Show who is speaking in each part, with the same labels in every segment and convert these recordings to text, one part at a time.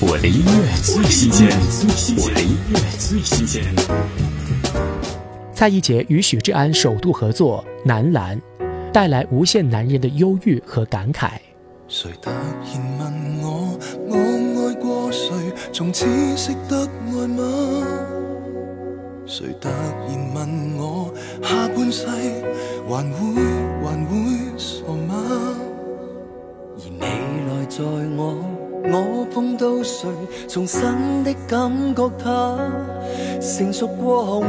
Speaker 1: 我的音乐最新鲜，我的音乐最新鲜。
Speaker 2: 蔡一杰与许志安首度合作《男篮》，带来无限男人的忧郁和感慨。
Speaker 3: 谁突然问我，我爱过谁？从此识得爱吗？谁突然问我，下半世还会还会傻吗？
Speaker 4: 而你来在我，我碰到谁，重新的感觉它成熟过后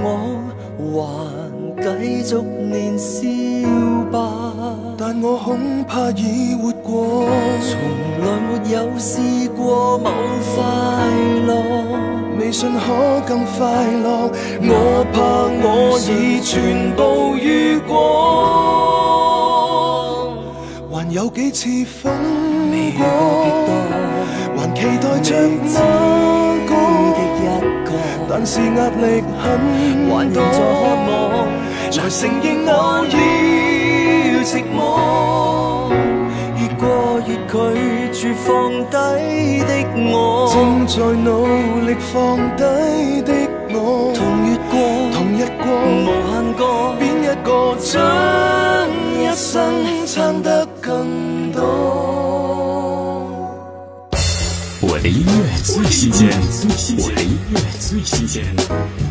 Speaker 4: 我，还继续年少吧。
Speaker 3: 但我恐怕已活过，
Speaker 4: 从来没有试过某快乐，
Speaker 3: 微信可更快乐。
Speaker 4: 我怕我已全部遇过。
Speaker 3: 还有幾次風
Speaker 4: 未遇
Speaker 3: 過
Speaker 4: 過幾多，
Speaker 3: 還期待着那
Speaker 4: 孤的
Speaker 3: 個，
Speaker 4: 一個，
Speaker 3: 但是壓力
Speaker 4: 還
Speaker 3: 很
Speaker 4: 在渴
Speaker 3: 多，
Speaker 4: 望，來承認偶爾寂寞，越過越拒絕放低的我，
Speaker 3: 正在努力放低的我，
Speaker 4: 同越過，
Speaker 3: 同一
Speaker 4: 無
Speaker 3: 過，
Speaker 4: 限個，
Speaker 3: 邊一個將一生撐得更多？
Speaker 1: 我的音乐最新鲜，我的音乐最新鲜。